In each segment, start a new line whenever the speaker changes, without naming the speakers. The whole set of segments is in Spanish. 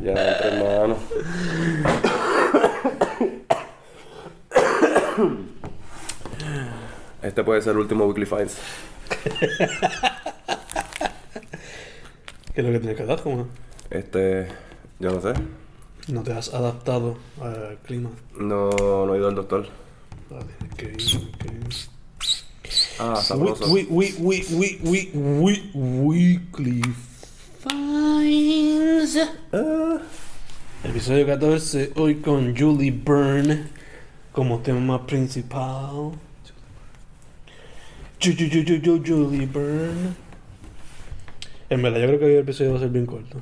Ya entre hermano. Este puede ser el último Weekly Finds.
¿Qué es lo que tienes que hacer, Juan?
Este. Yo no sé.
No te has adaptado al clima.
No, no he ido al doctor.
Vale, que que-
Ah,
We,
sabroso.
we, we, we, we, we, we, weekly finds.
Ah.
Episodio 14, hoy con Julie Byrne como tema principal. Ju- ju- ju- ju- ju- Julie Byrne. En verdad, yo creo que hoy el episodio va a ser bien corto.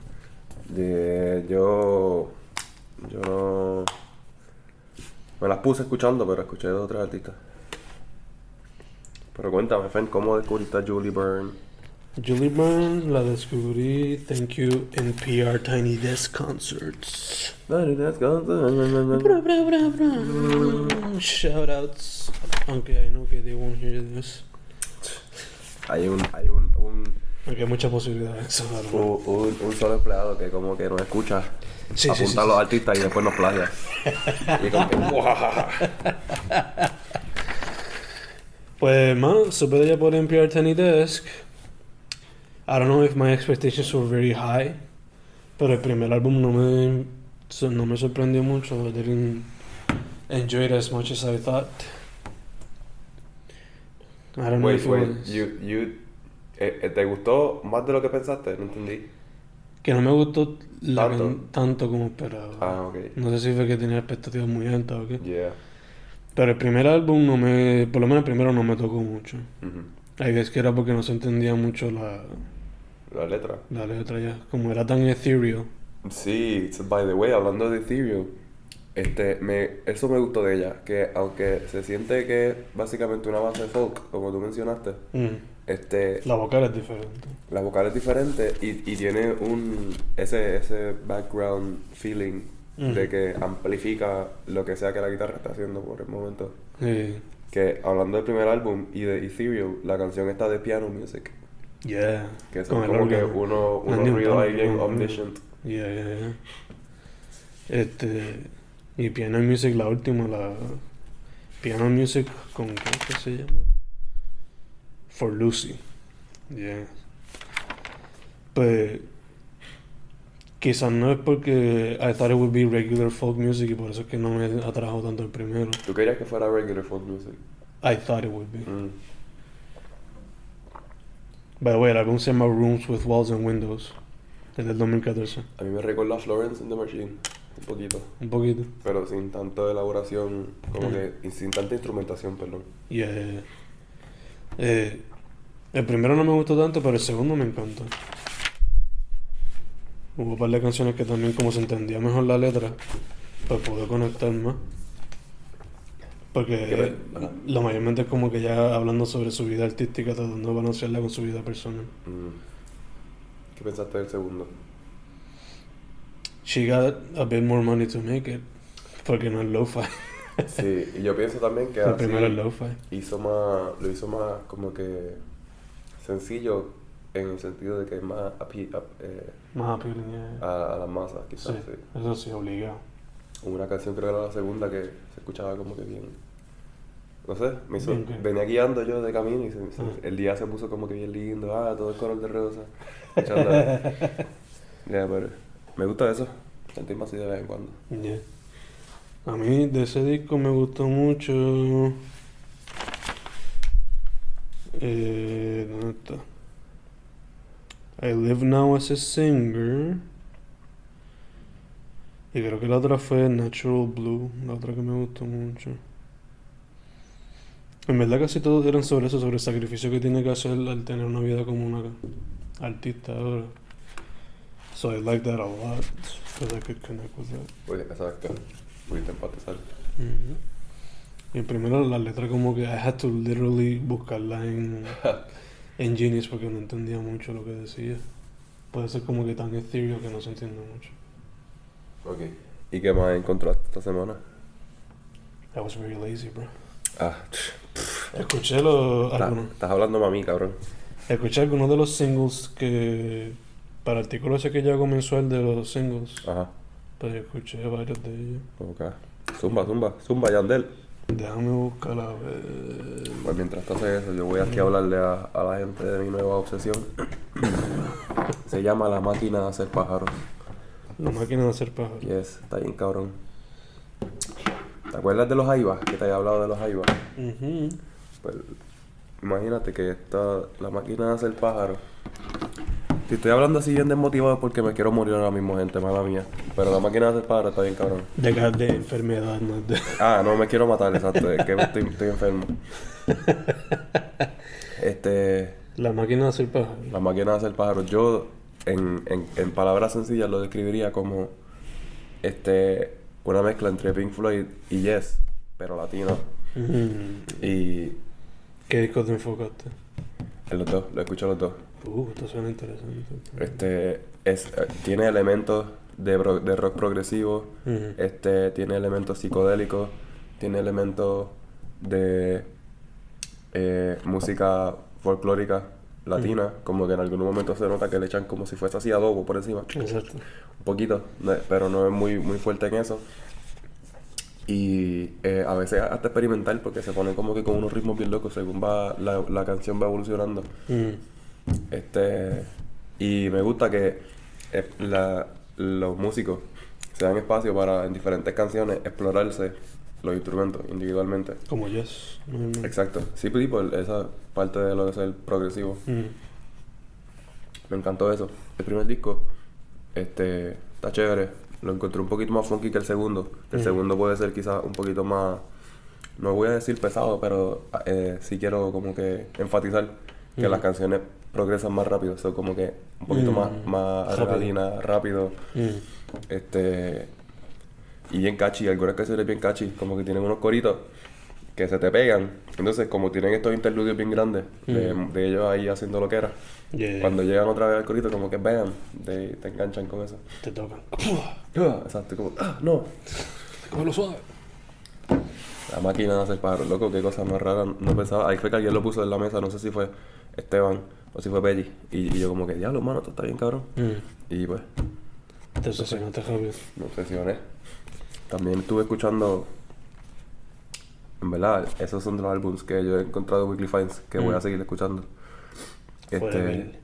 De- yo. Yo no. Me las puse escuchando, pero escuché de otras artistas. Pero cuéntame, Fen, ¿cómo descubriste a Julie Byrne?
Julie Byrne la descubrí, thank you, NPR Tiny Desk Concerts. Bra, bra, bra, bra. Shoutouts. Aunque I know que they won't hear this.
Hay un. Hay un. un
Aunque hay muchas posibilidades. so I don't know.
un, un- un solo empleado que como que nos escucha
Sí,
apunta
sí, sí,
a los
sí.
artistas y después nos plagia y como que "Guajaja".
Pues, man, supe de ella por NPR Tiny Desk. I don't know if my expectations were very high. Pero el primer álbum no me, so- no me sorprendió mucho. I didn't enjoy it as much as I thought. I don't know
Wait,
if it
wait,
was-
you- you- eh, eh, ¿te gustó más de lo que pensaste? no entendí
Que no me gustó la
Tanto.
can- tanto como esperaba.
ah ok
No sé si fue que tenía expectativas muy altas o qué.
yeah
Pero el primer álbum no me... Por lo menos el primero no me tocó mucho.
Ujú.
Hay veces que era porque no se entendía mucho la,
la letra
la letra ya. Como era tan ethereal.
Sí, it's- by the way, hablando de Ethereum, este, me, eso me gustó de ella, que aunque se siente que es básicamente una base folk, como tú mencionaste,
Mm.
este,
La vocal es diferente.
la vocal es diferente y, y tiene un ese, ese background feeling
Ujú.
de que amplifica lo que sea que la guitarra está haciendo por el momento.
Sí.
Que hablando del primer álbum y de Ethereal, la canción está de piano music,
Yeah.
que son
Con el
como que
órgano.
uno, unos
Andy
ruidos ahí
Antonio,
bien
ujú.
omniscient.
Yeah, yeah, yeah. Este... Y Piano Music, la última, la... Piano Music con... ¿Cómo que se llama? For Lucy. Yeah. Pues... Quizás no es porque I thought it would be regular folk music y por eso es que no me atrajo tanto el primero.
¿Tú querías que fuera regular folk music?
I thought it would be.
Mm.
By the way, el álbum se llama Rooms with Walls and Windows. Es del 2014.
A mí me recuerda a Florence and the Machine, un poquito,
Un poquito.
pero sin tanto elaboración, como
Ujú.
que y sin tanta instrumentación, perdón.
Y eh, eh, el primero no me gustó tanto, pero el segundo me encantó. Hubo un par de canciones que también, como se entendía mejor la letra, pues pude conectar más. Porque
Qué
eh,
pe- ajá.
lo mayormente es como que ya hablando sobre su vida artística, tratando de balancearla con su vida personal.
Mm. ¿Qué pensaste del segundo?
She got a bit more money to make it, porque no es lo-fi.
Sí, y yo pienso también que
El
así
primero es lo-fi.
hizo más, lo hizo más como que sencillo en el sentido de que es más api- ap- eh,
Más appealing, yeah.
a, a la masa,
Sí,
quizás. Sí.
eso sí, obligado.
Hubo Una canción creo que era la segunda que se escuchaba como que bien. No sé, me hizo,
Bien, bien.
venía guiando yo de camino y se- se-
Ajá.
el día se puso como que bien lindo, ah, todo el color de rosa. Echando- Ya, pero me gusta eso. Sentir más de vez en cuando.
Ya. A mí de ese disco me gustó mucho. Eh, ¿Dónde está? I Live Now as a Singer. Y creo que la otra fue Natural Blue, la otra que me gustó mucho. En verdad casi todos eran sobre eso, sobre el sacrificio que tiene que hacer al tener una vida como una artista ahora. So I like that a lot, because I could connect with that.
Oye, exacto. Pudiste empatizar.
Ujú. Y primero la letra como que I had to literally buscarla en, en Genius porque no entendía mucho lo que decía. Puede ser como que tan ethereal que no se entiende mucho.
Ok. ¿Y qué más encontraste esta semana?
I was very lazy, bro.
Ah,
Escuché los,
estás-
algunos,
estás hablando mami, cabrón.
escuché algunos de los singles que para el artículo ese que ya comenzó el de los singles,
Ajá,
pues escuché varios de ellos.
ok. Zumba, zumba, zumba, Yandel.
Déjame buscar a ver.
Pues mientras tú haces eso, yo voy aquí a hablarle a, a la gente de mi nueva obsesión. Se llama La Máquina de Hacer Pájaros.
La máquina de hacer pájaros.
Yes, está bien cabrón. ¿Te acuerdas de los Aibas? Que te había hablado de los Aibas.
Ujú.
Pues, imagínate que está la máquina de hacer pájaros. Si estoy hablando así bien desmotivado es porque me quiero morir ahora mismo, gente, mala mía. Pero la máquina de hacer pájaros está bien cabrón.
De, ca- de enfermedad, no de...
Ah, no me quiero matar, exacto, es que estoy, estoy enfermo. Este,
La máquina de hacer pájaros.
la máquina de hacer pájaros, yo en, en, en palabras sencillas lo describiría como este una mezcla entre Pink Floyd y Yes, pero latino.
Ujú.
Y
¿Qué disco te enfocaste?
los dos, lo escucho los dos.
Uh, esto suena interesante.
Este es, eh, tiene elementos de, bro- de rock progresivo,
Ujú.
este tiene elementos psicodélicos, tiene elementos de eh, música folclórica latina, como que en algún momento se nota que le echan como si fuese así adobo por encima, un
Exacto.
poquito, no- pero no es muy, muy fuerte en eso. Y eh, a veces hasta experimental porque se pone como que con unos ritmos bien locos según va la, la canción va evolucionando.
Mm.
Este, y me gusta que eh, la- los músicos se dan espacio para en diferentes canciones explorarse los instrumentos individualmente.
Como Yes. No, no.
Exacto. Sí, pues, sí, por esa parte de lo que es el progresivo.
Mm.
Me encantó eso. El primer disco, este, está chévere. Lo encontré un poquito más funky que el segundo. El
Ujú.
segundo puede ser quizás un poquito más, no voy a decir pesado, pero eh, sí quiero como que enfatizar que
Ujú.
las canciones progresan más rápido. Son como que un poquito más,
Mm.
más
Rápido.
adrenalina, rápido.
Mm.
Este, y bien catchy, algunas canciones bien catchy, como que tienen unos coritos que se te pegan. Entonces, como tienen estos interludios bien grandes, de, de ellos ahí haciendo lo que era.
Yeah.
Cuando llegan otra vez al corito, como que vean, te, te enganchan con eso.
Te tocan.
Ah, Exacto, como, ah, no.
Como lo suave.
La máquina de hacer pájaros, loco, qué cosa más rara. No pensaba, ahí fue que alguien lo puso en la mesa, no sé si fue Esteban o si fue Belly. Y, y yo, como que, diablo, mano, esto está bien cabrón.
Mm.
Y pues,
Te obsesionaste, Javier.
me obsesioné. También estuve escuchando. En verdad, esos son de los álbumes que yo he encontrado en Weekly Finds, que voy a
Mm.
seguir escuchando.
Forever.
Este,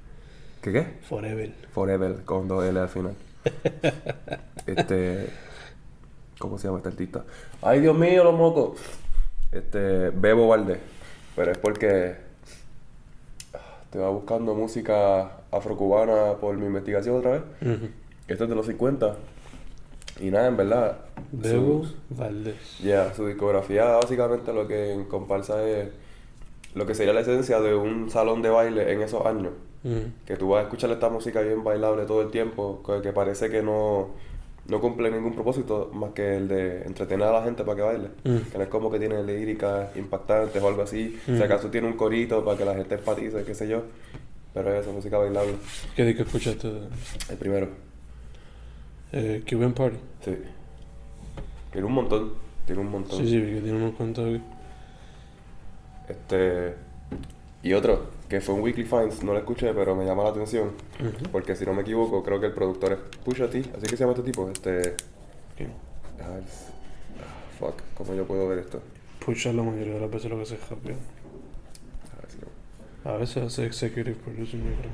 ¿Qué qué?
Forever.
Forever con dos L al final. este. ¿Cómo se llama este artista? ¡Ay, Dios mío, los mocos! Este. Bebo Valdés. Pero es porque. Te va buscando música afrocubana por mi investigación otra vez.
Ujú.
Esto es de los 50. Y nada, en verdad. su-
Bebo Valdés.
ya, su discografía básicamente lo que en comparsa es lo que sería la esencia de un salón de baile en esos años
Mm.
que tú vas a escuchar esta música bien bailable todo el tiempo, que, que parece que no, no cumple ningún propósito más que el de entretener a la gente para que baile.
Mm.
Que no es como que tiene líricas impactantes o algo así. Si
Mm.
acaso tiene un corito para que la gente empatice, qué sé yo. Pero es eso, música bailable.
¿Qué disco escuchaste?
El primero.
Eh, Cuban Party.
Sí. Tiene un montón. Tiene un montón.
Sí, sí, vi que tiene unos cuantos aquí.
Este. Y otro, que fue un Weekly Finds, no lo escuché, pero me llama la atención.
Ujú.
Porque si no me equivoco, creo que el productor es Pusha T, así que se llama este tipo. Este.
Ok.
A ver, s- ah, Fuck, ¿cómo yo puedo ver esto?
Pucha la mayoría de las veces lo que hace Javier.
A ver si lo-
A veces hace executive producing, yo creo.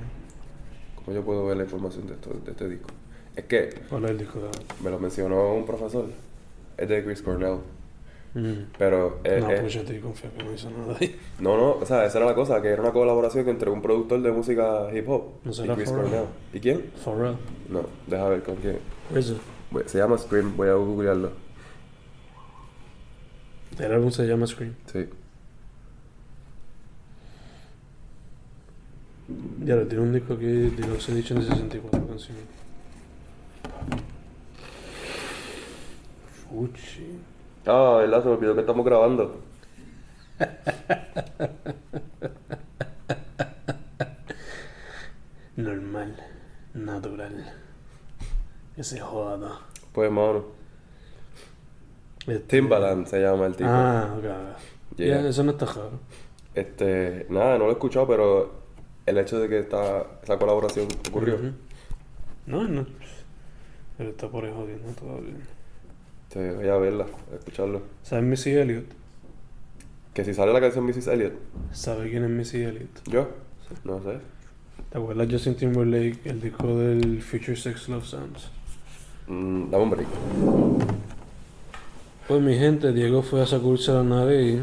¿Cómo yo puedo ver la información de, esto, de este disco? Es que
¿Cuál es el disco de ahora?
me lo mencionó un profesor. Es de Chris Cornell.
Mm.
Pero eh, eh,
no, pues.
no,
Pucha T confía que no hizo nada ahí.
no, o sea, esa era la cosa, que era una colaboración entre un productor de música hip hop
¿No
y
será
Chris
Pharrell?
Cornell. ¿Y quién?
Pharrell.
No, deja ver con quién.
Where's it?
Voy- Se llama Scream, voy a googlearlo.
El álbum se llama Scream.
Sí.
Ya lo tiene un disco aquí, Deluxe Edition de 64 canciones. Fuchi.
Ah, verdad, se me olvidó que estamos grabando.
Normal. Natural. Ese jodado.
Pues, mano.
Este-
Timbaland se llama el tipo.
Ah, ok.
Yeah.
Ya, eso no está jodido.
Este, nada, no lo he escuchado, pero el hecho de que esta, esa colaboración ocurrió
Ujú. No, no. Pero está por ahí jodiendo todavía.
Te voy a verla, a escucharlo.
¿Sabes Missy Elliott?
Que si sale la canción Mrs. Elliot,
¿Sabes quién es Missy Elliott?
yo, no sé.
¿Te acuerdas Justin Timberlake, el disco del Future Sex Love Sounds?
Mm, dame un break.
Pues mi gente, Diego fue a sacudirse la nariz.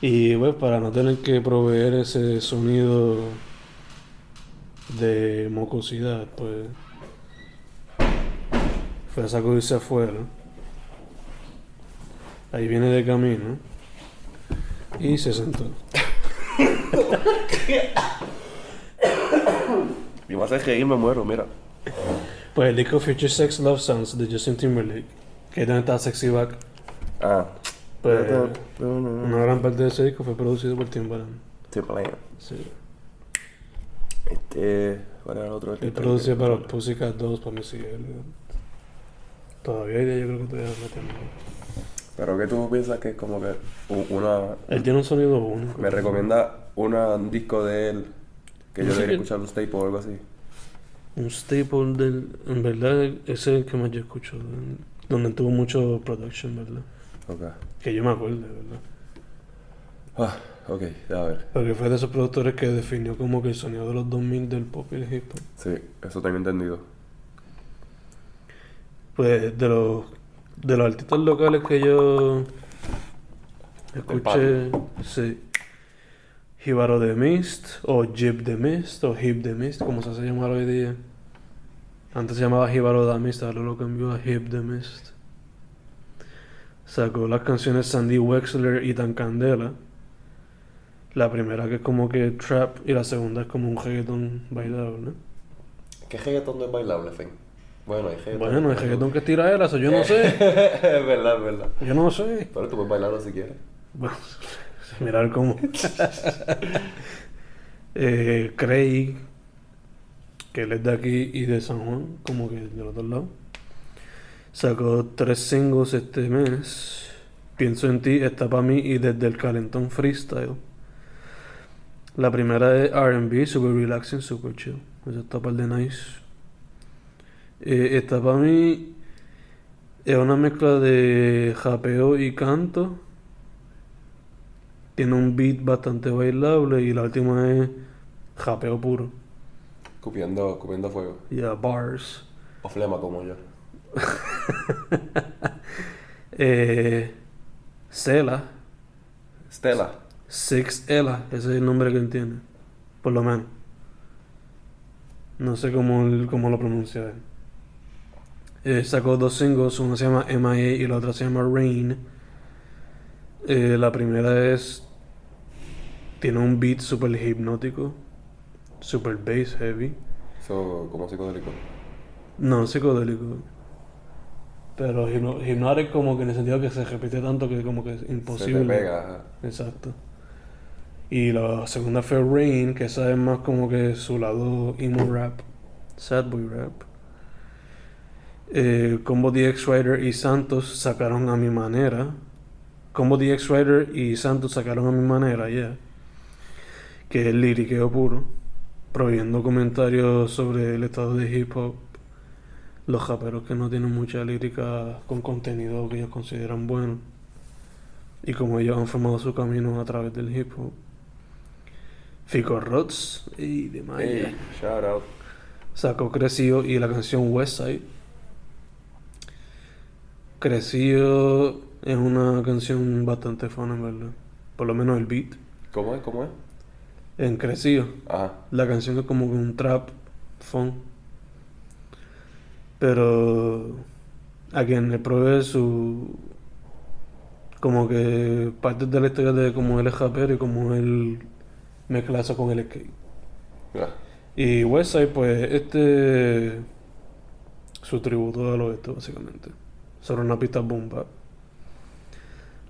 y pues para no tener que proveer ese sonido de mocosidad, pues fue a sacudirse afuera. Ahí viene de camino. Y se sentó.
Y vas a reír, me muero, mira.
Pues el disco Future Sex Love Sounds de Justin Timberlake, que es donde está Sexy Back.
Ah.
Pues,
No, no, no.
Una gran parte de ese disco fue producido por Timbaland.
Estoy playing.
Sí.
Este. ¿Cuál era el otro?
Él producía para los Pussycat 2, para Missy Elliott. Todavía hay día, yo creo que todavía lo meten.
Pero que tú piensas que es como que u- una.
Él tiene un sonido único.
Me recomienda una- un disco de él que yo
No sé
debería
qué-
escuchar un staple o algo así.
Un staple del... En verdad, ese es el que más yo escucho. de- Donde tuvo mucho production, ¿verdad?
Ok.
Que yo me acuerdo, ¿verdad?
Ah, ok, a ver.
Porque fue de esos productores que definió como que el sonido de los 2000 del pop y el hip hop.
Sí, eso tengo entendido.
Pues de los de los artistas locales que yo escuché,
patio.
sí. Jibaro de Mist, o Jib de Mist, o Hip de Mist, como se hace llamar hoy día. Antes se llamaba Jibaro de Mist, ahora lo cambió a Hip de Mist. Sacó las canciones Sandy Wexler y Tan Candela. La primera que es como que trap y la segunda es como un reggaeton bailable.
¿Qué reggaetón no es bailable, Fen? Bueno, hay reggaetón.
Bueno, el reggaeton que tira él, eso yo no sé.
es verdad, es verdad.
Yo no sé.
Pero tú puedes bailarlo si quieres.
Bueno, mirar cómo. eh, Craig, que él es de aquí y de San Juan, como que del otro lado. Sacó tres singles este mes. Pienso en ti, está para mí y desde el calentón freestyle. La primera es RB, super relaxing, super chill. Eso está par de nice. Eh, esta para mí es una mezcla de japeo y canto. Tiene un beat bastante bailable y la última es japeo puro.
Cupiendo, cupiendo fuego.
Ya, bars.
O flema como yo.
Eh, Cela,
Stella.
Six Ela, ese es el nombre que él tiene. Por lo menos. No sé cómo, él- cómo lo pronuncia él. Eh, sacó dos singles, una se llama MIA y la otra se llama Rain. Eh, la primera es. Tiene un beat super hipnótico, super bass heavy.
Eso como psicodélico.
No, psicodélico. Pero hipno hipnotic como que en el sentido que se repite tanto que como que es imposible.
Se te pega. ajá.
Exacto. Y la segunda fue Rain, que esa es más como que su lado emo rap, sad boy rap. Eh, Combo DX Rider y Santos sacaron a mi manera. Combo DX Rider y Santos sacaron a mi manera, ya. Que es liriqueo puro, prohibiendo comentarios sobre el estado de hip hop. Los raperos que no tienen mucha lírica con contenido que ellos consideran bueno y como ellos han formado su camino a través del hip hop. Fico Rods y demás.
Hey, shout out.
Sacó Crecido y la canción Westside. Crecido es una canción bastante fun, en verdad. Por lo menos el beat.
¿Cómo es? ¿Cómo es?
En Crecido,
Ajá.
la canción es como que un trap fun. Pero a quien le provee su. Como que partes de la historia de cómo él es rapero y cómo él mezcla eso con el skate.
Mira.
Y Westside, pues, este. Su tributo al oeste, básicamente. Sobre una pista bomba.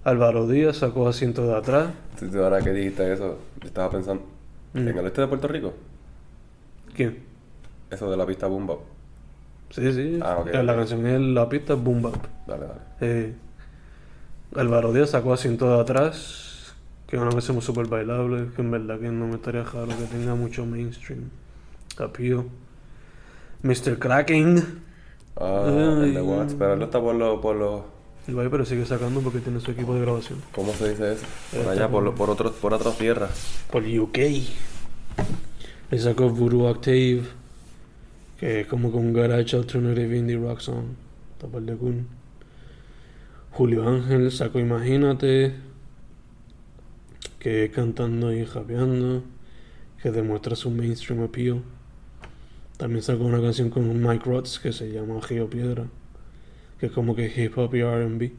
Álvaro Díaz sacó asiento de atrás.
Si te ahora que dijiste eso, yo estaba pensando.
Mm.
En el este de Puerto Rico,
¿Quién?
eso de la pista Bumba.
Sí, sí.
Ah, ok,
la
ok.
canción es La pista bomba.
Dale, dale.
Eh, Álvaro Díaz sacó asiento de atrás. que es una canción súper bailable, que en verdad que no me estaría raro que tenga mucho mainstream. Appeal. Mr. Kraken.
Ah, el de
Ay.
Watts. Pero él está por los. Por los
El baile pero sigue sacando porque tiene su equipo de grabación.
¿Cómo se dice eso? Por
Está
allá, por,
por-
lo- por, otros por otras tierras.
Por UK. Le sacó Voodoo Octave, que es como que un garage alternative indie rock song. Está par de cool. Julio Ángel sacó Imagínate, que es cantando y rapeando, que demuestra su mainstream appeal. También sacó una canción con Mike Rotz que se llama Río Piedra, que es como que hip hop y RB.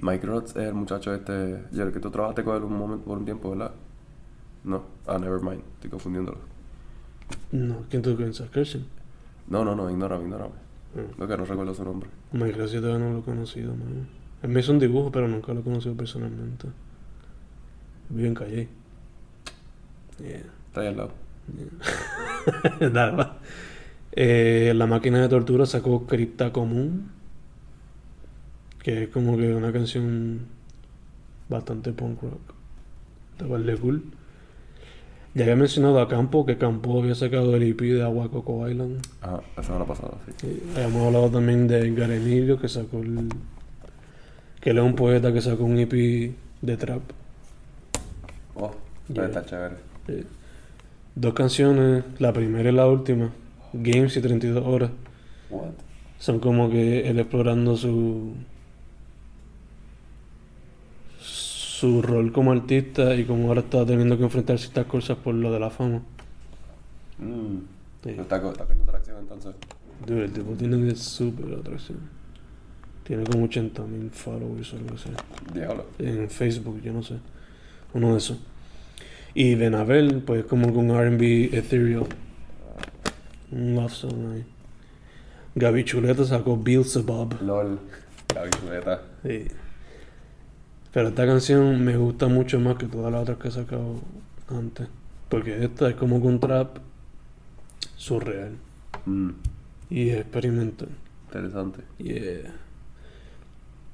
Mike Rhodes es el muchacho este. Y el que tú trabajaste con él un momento, por un tiempo, ¿verdad? No. Ah, never mind. Estoy confundiéndolo.
No, ¿quién tú piensas? Kershim.
No, no, no, ignórame, ignórame.
Mm.
Lo que no recuerdo su nombre.
Mike Ross yo todavía no lo he conocido, man. Él me hizo un dibujo, pero nunca lo he conocido personalmente. Vive en Calle. Yeah,
Está ahí al lado.
yeah. Dale, va. Eh, la máquina de tortura sacó Cripta Común, que es como que una canción bastante punk rock. Está bastante cool. Ya había mencionado a Campo, que Campo había sacado el EP de Agua Coco Island.
Ajá, la semana pasada, sí.
Eh, Hemos hablado también de Garenilio, que sacó el. que él es un poeta que sacó un EP de trap.
Oh,
Yeah.
está chévere.
Eh, Dos canciones, la primera y la última, Games y 32 horas,
What?
son como que él explorando su. su rol como artista y como ahora está teniendo que enfrentar ciertas cosas por lo de la fama.
Mm.
Sí.
Está, co- está cogiendo tracción entonces.
Dude, el tipo tiene que súper atracción. Tiene como 80.000 followers o algo así.
Diablo.
en Facebook, yo no sé. Uno de esos. Y Benabel, pues como con RB Ethereal. Un love song ahí. Gaby Chuleta sacó Beelzebub.
LOL. La bicicleta.
Sí. Pero esta canción me gusta mucho más que todas las otras que he sacado antes. Porque esta es como que un trap surreal
Mm.
y experimental.
Interesante.
Yeah.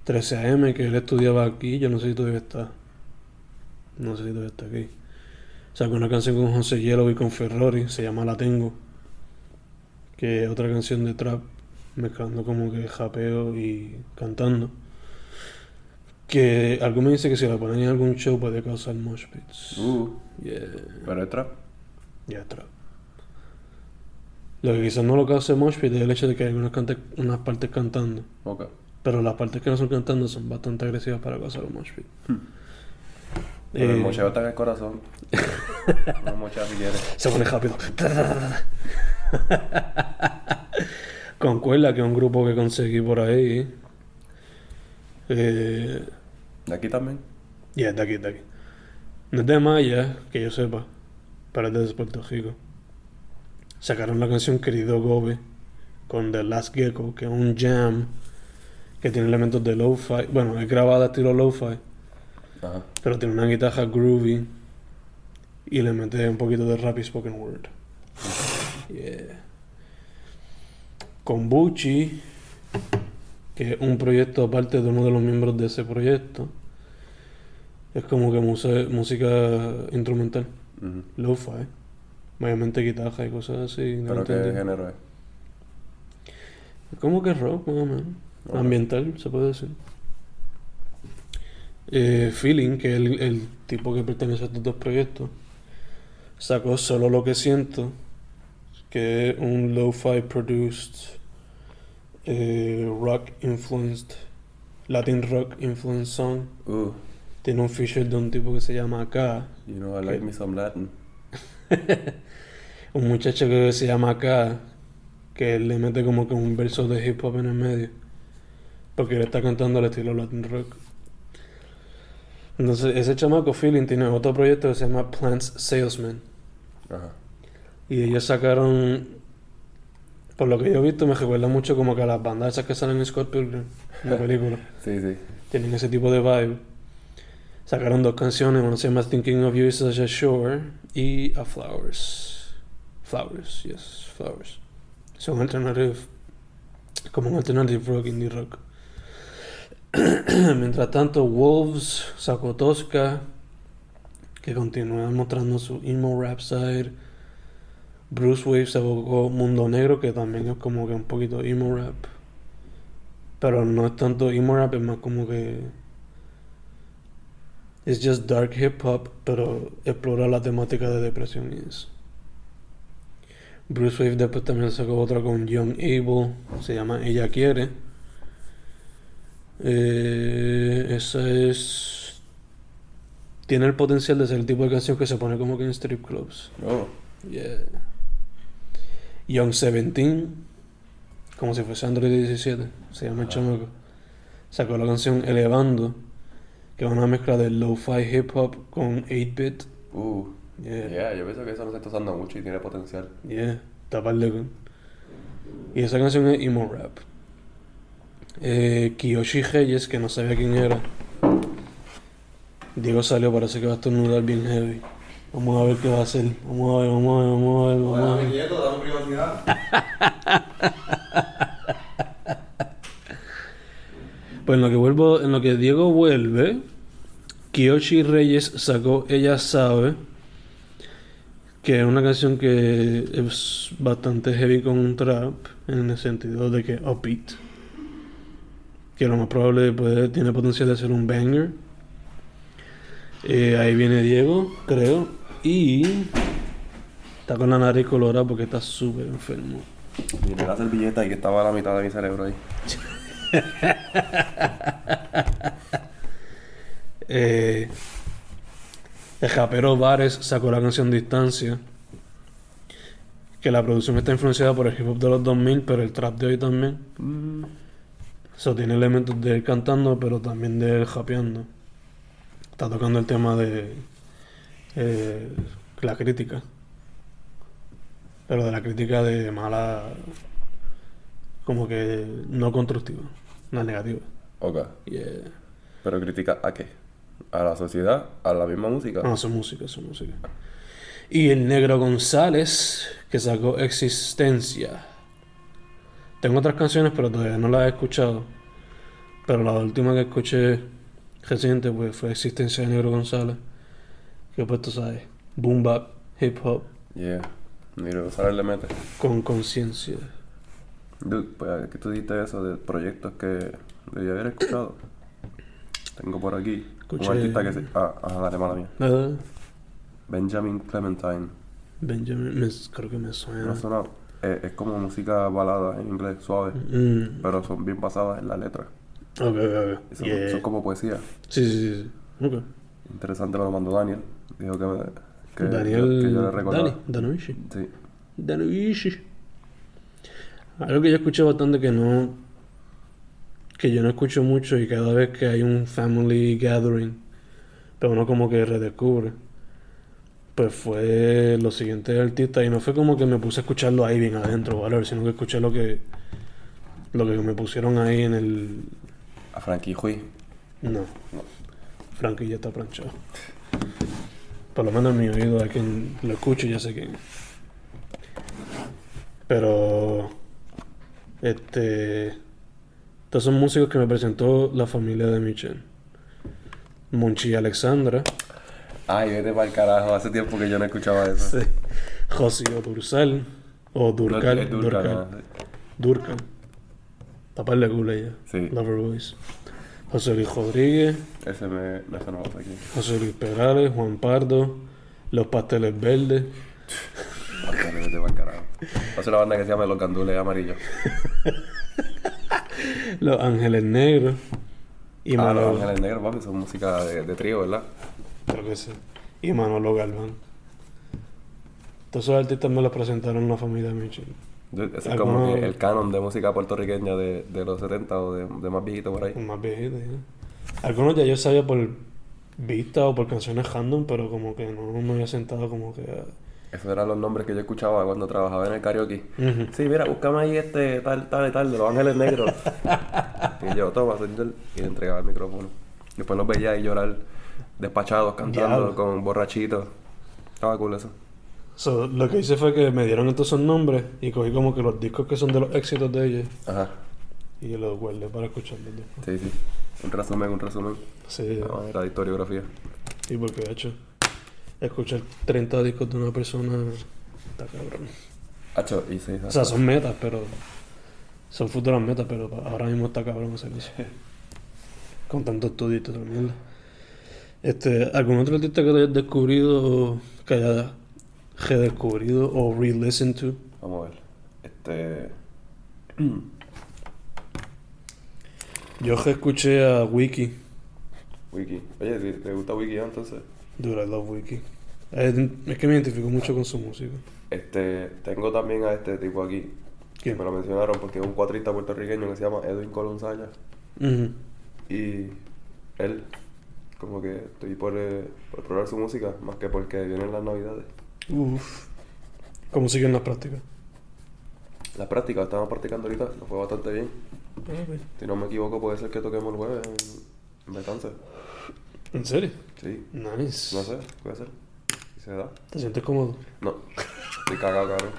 13 AM, que él estudiaba aquí, yo no sé si todavía está. No sé si todavía está aquí. Sacó una canción con José Yellow y con Ferrari, se llama La Tengo. Que es otra canción de trap, mezclando como que japeo y cantando. Que algo me dice que si la ponen en algún show puede causar mosh pits.
Uh,
Yeah.
pero es trap.
Ya atrás. Lo que quizás no lo que hace Moshpit es el hecho de que hay unas, cante- unas partes cantando.
Ok.
Pero las partes que no son cantando son bastante agresivas para causar un Eh, moshpit.
Hmm. Pero el mocheo está en el corazón. Una mochea si quieres.
se pone rápido. Con Cuela, que es un grupo que conseguí por ahí. Eh,
¿De aquí también?
ya, de aquí, de aquí. No es de Maya, que yo sepa. Pero es de Puerto Rico. Sacaron la canción Querido Gobe con The Last Gecko, que es un jam que tiene elementos de lo-fi. Bueno, es grabada estilo lo-fi,
Ajá.
pero tiene una guitarra groovy y le mete un poquito de rap y spoken word. Yeah. Con Bucci, que es un proyecto aparte de uno de los miembros de ese proyecto, es como que muse- música instrumental,
Ujú.
lo-fi, mayormente guitarra y cosas así. no
¿Pero qué
entendí.
género es?
Como que rock, más o menos.
Ok.
Ambiental, se puede decir. Eh, Feeling, que es el, el tipo que pertenece a estos dos proyectos, sacó Solo Lo que Siento, que es un lo-fi produced, eh, rock influenced, Latin rock influenced song.
Uh,
Tiene un feature de un tipo que se llama K,
you know I like
¿Qué?
me some Latin.
un muchacho que se llama K, que él le mete como que un verso de hip hop en el medio. Porque él está cantando al estilo Latin rock. Entonces, ese chamaco Feeling tiene otro proyecto que se llama Plants Salesman.
Ajá.
Y ellos sacaron. Por lo que yo he visto, me recuerda mucho como que a las bandas esas que salen en Scott Pilgrim, en la película.
Sí, sí.
Tienen ese tipo de vibe. Sacaron dos canciones, una se llama Thinking of You is Such a Shore y A Flowers. Flowers, yes, Flowers. Son alternative, como un alternative rock, indie rock. Mientras tanto, Wolves sacó Tosca, que continúa mostrando su emo rap side. Bruce Wave sacó Mundo Negro, que también es como que un poquito emo rap. Pero no es tanto emo rap, es más como que. Es just dark hip hop, pero explora la temática de depresión y eso. Bruce Wave después también sacó otra con Young Abel, se llama Ella Quiere. Eh, esa es. Tiene el potencial de ser el tipo de canción que se pone como que en strip clubs.
No.
Yeah. Young 17, como si fuese Android 17, se llama el chamaco. Sacó la canción Elevando, que es una mezcla de lo-fi hip hop con 8-bit.
Uh.
Yeah.
Yeah, yo pienso que eso no se está usando mucho y tiene potencial.
Yeah, taparle con. Y esa canción es emo rap. Eh, Kiyoshi Reyes, que no sabía quién era. Diego salió, parece que va a estornudar bien heavy. Vamos a ver qué va a hacer. Vamos a ver, vamos a ver, vamos a ver, vamos a ver.
quieto, dame privacidad.
Pues en lo que vuelvo, en lo que Diego vuelve, Kiyoshi Reyes sacó Ella sabe, que es una canción que es bastante heavy con un trap, en el sentido de que upbeat. Que lo más probable puede, tiene potencial de ser un banger. Eh, ahí viene Diego, creo. Y está con la nariz colorada porque está súper enfermo.
Miré la servilleta y que estaba a la mitad de mi cerebro ahí.
Eh, el rapero Vares sacó la canción Distancia. Que la producción está influenciada por el hip hop de los 2000, pero el trap de hoy también. Mm. Eso tiene elementos de él cantando, pero también de él rapeando. Está tocando el tema de eh, la crítica. Pero de la crítica de mala. como que no constructiva, no negativa.
Ok.
Yeah.
Pero critica a qué? A la sociedad, a la misma música.
No, su música, su música. Y el negro González, que sacó Existencia. Tengo otras canciones, pero todavía no las he escuchado. Pero la última que escuché reciente pues, fue Existencia de Negro González. Que pues tú sabes, boom bap, hip hop,
Yeah. Mira, González le mete.
con conciencia.
Dude, pues que tú dijiste eso de proyectos que debí haber escuchado. Tengo por aquí
Escuché-
un artista que se... Ah, ajá, dale, mala mía.
¿Verdad?
Benjamin Clementine.
Benjamin, me- creo que me
No
suena.
ha sonado. Eh, es como música balada en inglés, suave.
Mm,
Pero son bien basadas en la letra.
ok, ok, ok.
Y Son,
Yeah.
son como poesía.
Sí, sí, sí. sí. Ok.
Interesante me lo mandó Daniel. Dijo que, me- que,
Daniel.
que yo le recordaba.
Dani, Danuichi.
Sí.
Danuishi. Algo que yo escuché bastante que no. que yo no escucho mucho y cada vez que hay un family gathering, pero uno como que redescubre. Pues fue los siguientes artistas y no fue como que me puse a escucharlo ahí bien adentro, valor, sino que escuché lo que. lo que me pusieron ahí en el.
A Frankie Hui.
No. Frankie ya está planchado. Por lo menos en mi oído, a quien lo escucho ya sé quién. es. Pero. Este. Estos son músicos que me presentó la familia de Michelle. Monchi y Alexandra.
Ay, vete para el carajo. Hace tiempo que yo no escuchaba eso.
José Odursal. O
No,
Durcal.
es Durcal,
Durcal.
ajá.
Durcal. Taparle culo a ella.
Sí.
Lover Boys. José Luis Rodríguez.
Ese me... No, eso no lo sé aquí.
José Luis Perales, Juan Pardo, Los Pasteles Verdes.
Bastante, vete para el carajo. Hace una banda que se llama Los Gandules Amarillos.
Los Ángeles Negros y
ah, Los
Manolo,
Ángeles Negros, papi. Son música de, de trío, ¿verdad?
creo que sí, y Manolo Galván. Todos esos artistas me los presentaron la familia Mitchell.
Dude, ese es
Algunos-
como que el canon de música puertorriqueña de, de los 70 o de, de más viejito por ahí.
los más viejitos. ¿eh? Algunos ya yo sabía por vista o por canciones random, pero como que no me había sentado como que... a-
Esos eran los nombres que yo escuchaba cuando trabajaba en el karaoke.
Ujú.
Sí, mira, búscame ahí este tal, tal y tal de los Ángeles Negros. y yo, toma, señor, y le entregaba el micrófono. Después los veía ahí llorar, despachados, cantando
Diablo.
con borrachitos. Estaba cool eso.
So, lo que hice fue que me dieron estos esos nombres y cogí como que los discos que son de los éxitos de ellos
Ajá,
y los guardé para escucharlos después.
sí, sí. Un resumen, un resumen.
Sí,
La manera de historiografía.
y porque de hecho, escuchar 30 discos de una persona está cabrón.
Hacho, y sí,
O sea, son metas, pero. Son futuras metas, pero pa- ahora mismo está cabrón hacer eso. Con tanto estudio y toda la mierda. Este, ¿Algún otro artista que hayas descubrido, que hayas redescubrido o re-listened to?
Vamos a ver. Este.
Yo escuché a Wiki.
Wiki. Oye, ¿te, te gusta Wiki ah, entonces?
Dude, I love Wiki. Es es que me identifico mucho con su música.
Este, tengo también a este tipo aquí.
¿Quién?
Me lo mencionaron porque es un cuatrista puertorriqueño que se llama Edwin Colón Saya.
Ujú.
Y él, como que estoy por, eh, por probar su música, más que porque vienen las navidades.
Uf. ¿Cómo siguen las prácticas?
La práctica, estábamos practicando ahorita, nos fue bastante bien. Si no me equivoco, puede ser que toquemos el jueves en, en Betances.
¿En serio?
Sí,
Nice.
no sé, puede ser. Si se da.
¿Te sientes cómodo?
No, estoy cagado, cabrón.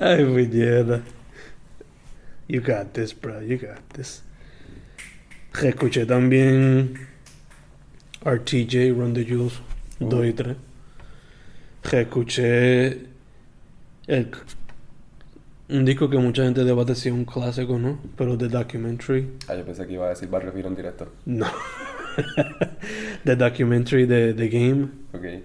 Ay, puñeta. You got this, bro. You got this. Escuché también RTJ, Run the Jewels,
Oh.
2 y 3. Escuché el, un disco que mucha gente debate si es un clásico no, pero The Documentary.
Ah, yo pensé que iba a decir Barrio Fino en directo.
No. The Documentary de The Game.
Ok.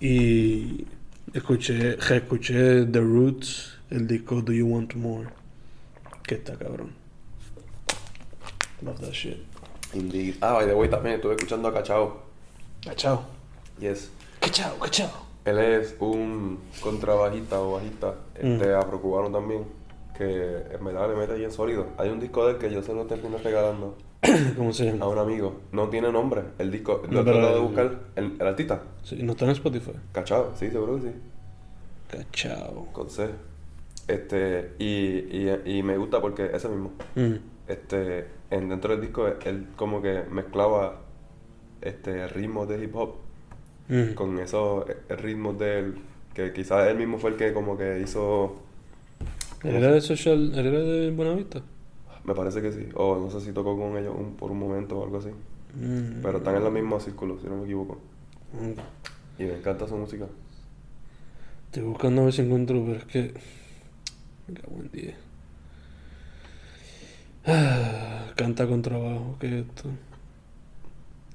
Y escuché, escuché The Roots, el disco Do You Want More, que está cabrón. Love that shit.
Indeed. Ah, by the way, también estuve escuchando a Cachao.
Cachao.
Yes.
Cachao, cachao.
Él es un contrabajista o bajista, este
Mm.
afrocubano también, que en verdad le mete bien sólido. Hay un disco de él que yo se lo terminé regalando
¿Cómo se
a
llama?
un amigo. No tiene nombre, el disco,
No,
lo he
pero
tratado de
el-
buscar. El, el artista,
Sí, no está en Spotify.
cachado, sí, seguro que sí,
Cachao.
con C. Este, y, y, y me gusta porque ese mismo,
Mm.
este, en, dentro del disco él como que mezclaba este ritmos de hip hop
Mm.
con esos eh, ritmos del que quizás él mismo fue el que como que hizo
¿Él ¿Era de Social, él era de Buenavista?
Me parece que sí. O no sé si tocó con ellos un- por un momento o algo así.
Mm.
Pero están en los mismos círculos, si no me equivoco.
Mm.
Y me encanta su música.
Estoy buscando a ver si encuentro, pero es que. Me cago en 10. Ah, Canta con trabajo, que esto.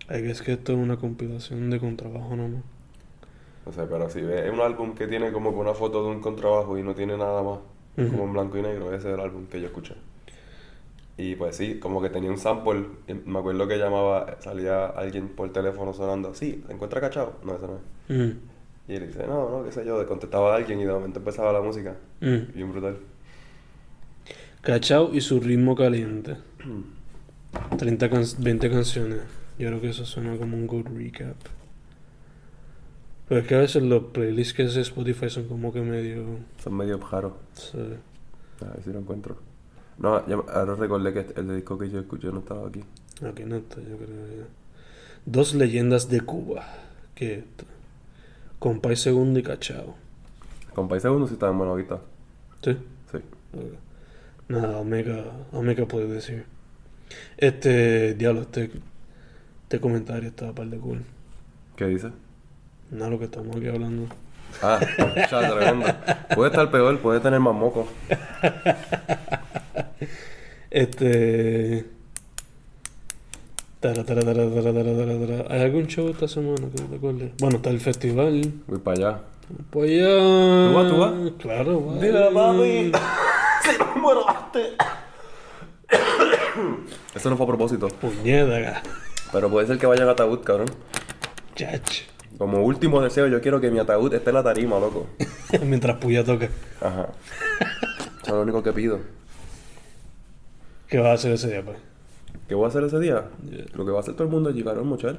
Ay, que Es que esto es una compilación de contrabajo nomás.
No sé, pero si ves, es un álbum que tiene como que una foto de un contrabajo y no tiene nada más.
Ujú.
Como en blanco y negro, ese es el álbum que yo escuché. Y pues sí, como que tenía un sample. y Me acuerdo que llamaba, salía alguien por teléfono sonando. Sí, ¿se encuentra cachado? No, ese no es.
Mm,
Y él dice, no, no, qué sé yo. Contestaba a alguien y de momento empezaba la música.
mm.
Bien brutal.
Cachao y su ritmo caliente. 30 can- 20 canciones. Yo creo que eso suena como un good recap. Pero es que a veces los playlists que hace Spotify son como que medio.
Son medio raros.
se-
A ver si lo encuentro. No, ya, ahora recordé que el disco que yo escuché no estaba aquí.
Aquí no está, Ah, yo creo ya. Dos leyendas de Cuba. Que esto. Compay Segundo y Cachao.
Con País Segundo sí estaba en Buenavista.
¿Sí?
Sí.
Ok. Nada, Omega, Omega puede decir. Este diablo, este, este comentario estaba par de cool.
¿Qué dice?
Nada, lo que estamos aquí hablando.
Ah, ya, tremendo. Puede estar peor, puede tener más moco.
Este. tara, tara, tara, tara, tara, tara, tara. ¿Hay algún show esta semana que te acuerdes? Bueno, está el festival.
Voy para allá.
Pues ya.
¿Tú vas, tú vas?
Claro, vas.
¡Si no mueraste! Eso no fue a propósito.
Puñeta,
Pero puede ser que vaya al ataúd, cabrón.
chach.
Como último deseo, yo quiero que mi ataúd esté en la tarima, loco.
Mientras Puya toca.
Ajá. Eso es lo único que pido.
¿Qué vas a hacer ese día, pues?
¿Qué voy a hacer ese día?
Yeah.
Lo que va a hacer todo el mundo es llegar a mochar.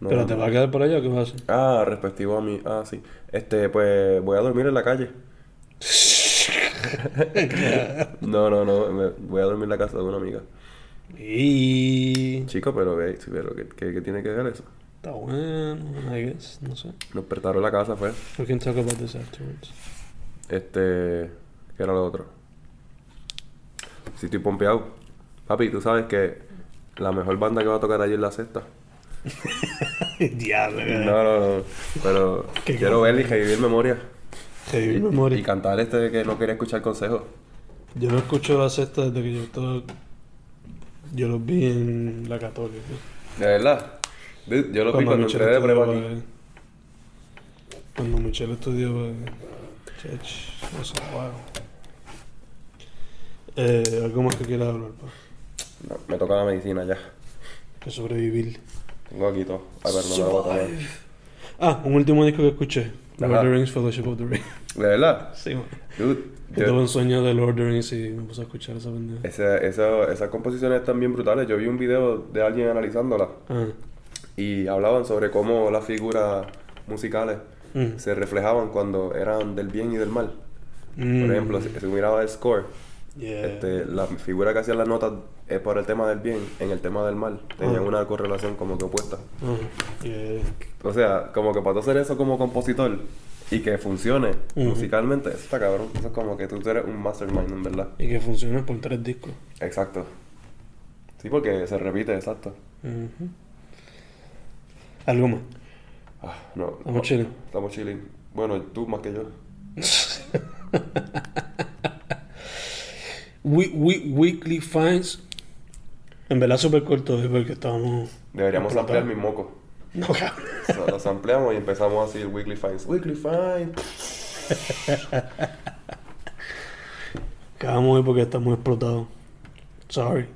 No,
¿Pero
no.
te vas a quedar por allá o qué vas a hacer?
Ah, respectivo a mí. Ah, sí. Este, pues voy a dormir en la calle. No, no, no. me- voy a dormir en la casa de una amiga.
y...
Chico, pero, eh, sí, pero ¿qué, qué, qué tiene que ver eso?
Está bueno, I guess. No sé.
Nos despertaron la casa, pues. fue.
We can talk about this afterwards.
Este. ¿Qué era lo otro? Sí, estoy pompeado. Papi, tú sabes que la mejor banda que va a tocar allí es la sexta.
Diablo,
No, no, no. Pero
Eh. Qué
quiero
cosa.
ver y revivir memoria.
Heavy
Y
memoria.
cantar este de que no quería escuchar consejos.
Yo no escucho la sexta desde que yo estaba. Yo los vi en la católica.
De verdad. Dude, yo lo vi cuando
Cuando Michelle
entré de
estudió,
prueba aquí.
eh, Cuando Michelle estudió. eh, chach, o sea, wow. Eh, algo más que quieras hablar, pa.
No, me toca la medicina ya.
Que sobrevivir.
Tengo aquí todo. A ver, no me lo voy a tomar.
Survive. Ah, un último disco que escuché. Lord
Ajá.
of the Rings, Fellowship of the Ring.
De verdad.
Sí, man.
Dude,
Yo tuve
yo-
un sueño de Lord of the Rings y me puse a escuchar esa pendeja.
esa- esa- esas composiciones están bien brutales. Yo vi un video de alguien analizándola
Ah.
y hablaban sobre cómo las figuras musicales
Mm.
se reflejaban cuando eran del bien y del mal.
Mm.
Por ejemplo, si, si miraba el score,
Yeah.
este, la figura que hacían las notas eh, por el tema del bien, en el tema del mal, tenían
Ah.
una correlación como que opuesta.
Ajá. Yeah.
O sea, como que para tú hacer eso como compositor y que funcione
Ujú.
musicalmente, eso está cabrón. Eso es como que tú eres un mastermind, en verdad.
Y que funciona por tres discos.
Exacto. Sí, porque se repite, exacto.
Ujú. Algo más.
Ah, no.
Vamos chile.
Estamos chilling. Bueno, tú más que yo.
We, we, weekly finds. En verdad, súper corto es porque estábamos.
Deberíamos
Total.
ampliar mi moco.
No, cabrón.
O sea, Los ampliamos y empezamos así el Weekly Finds. Weekly Finds.
Acabamos hoy porque estamos explotados. Sorry.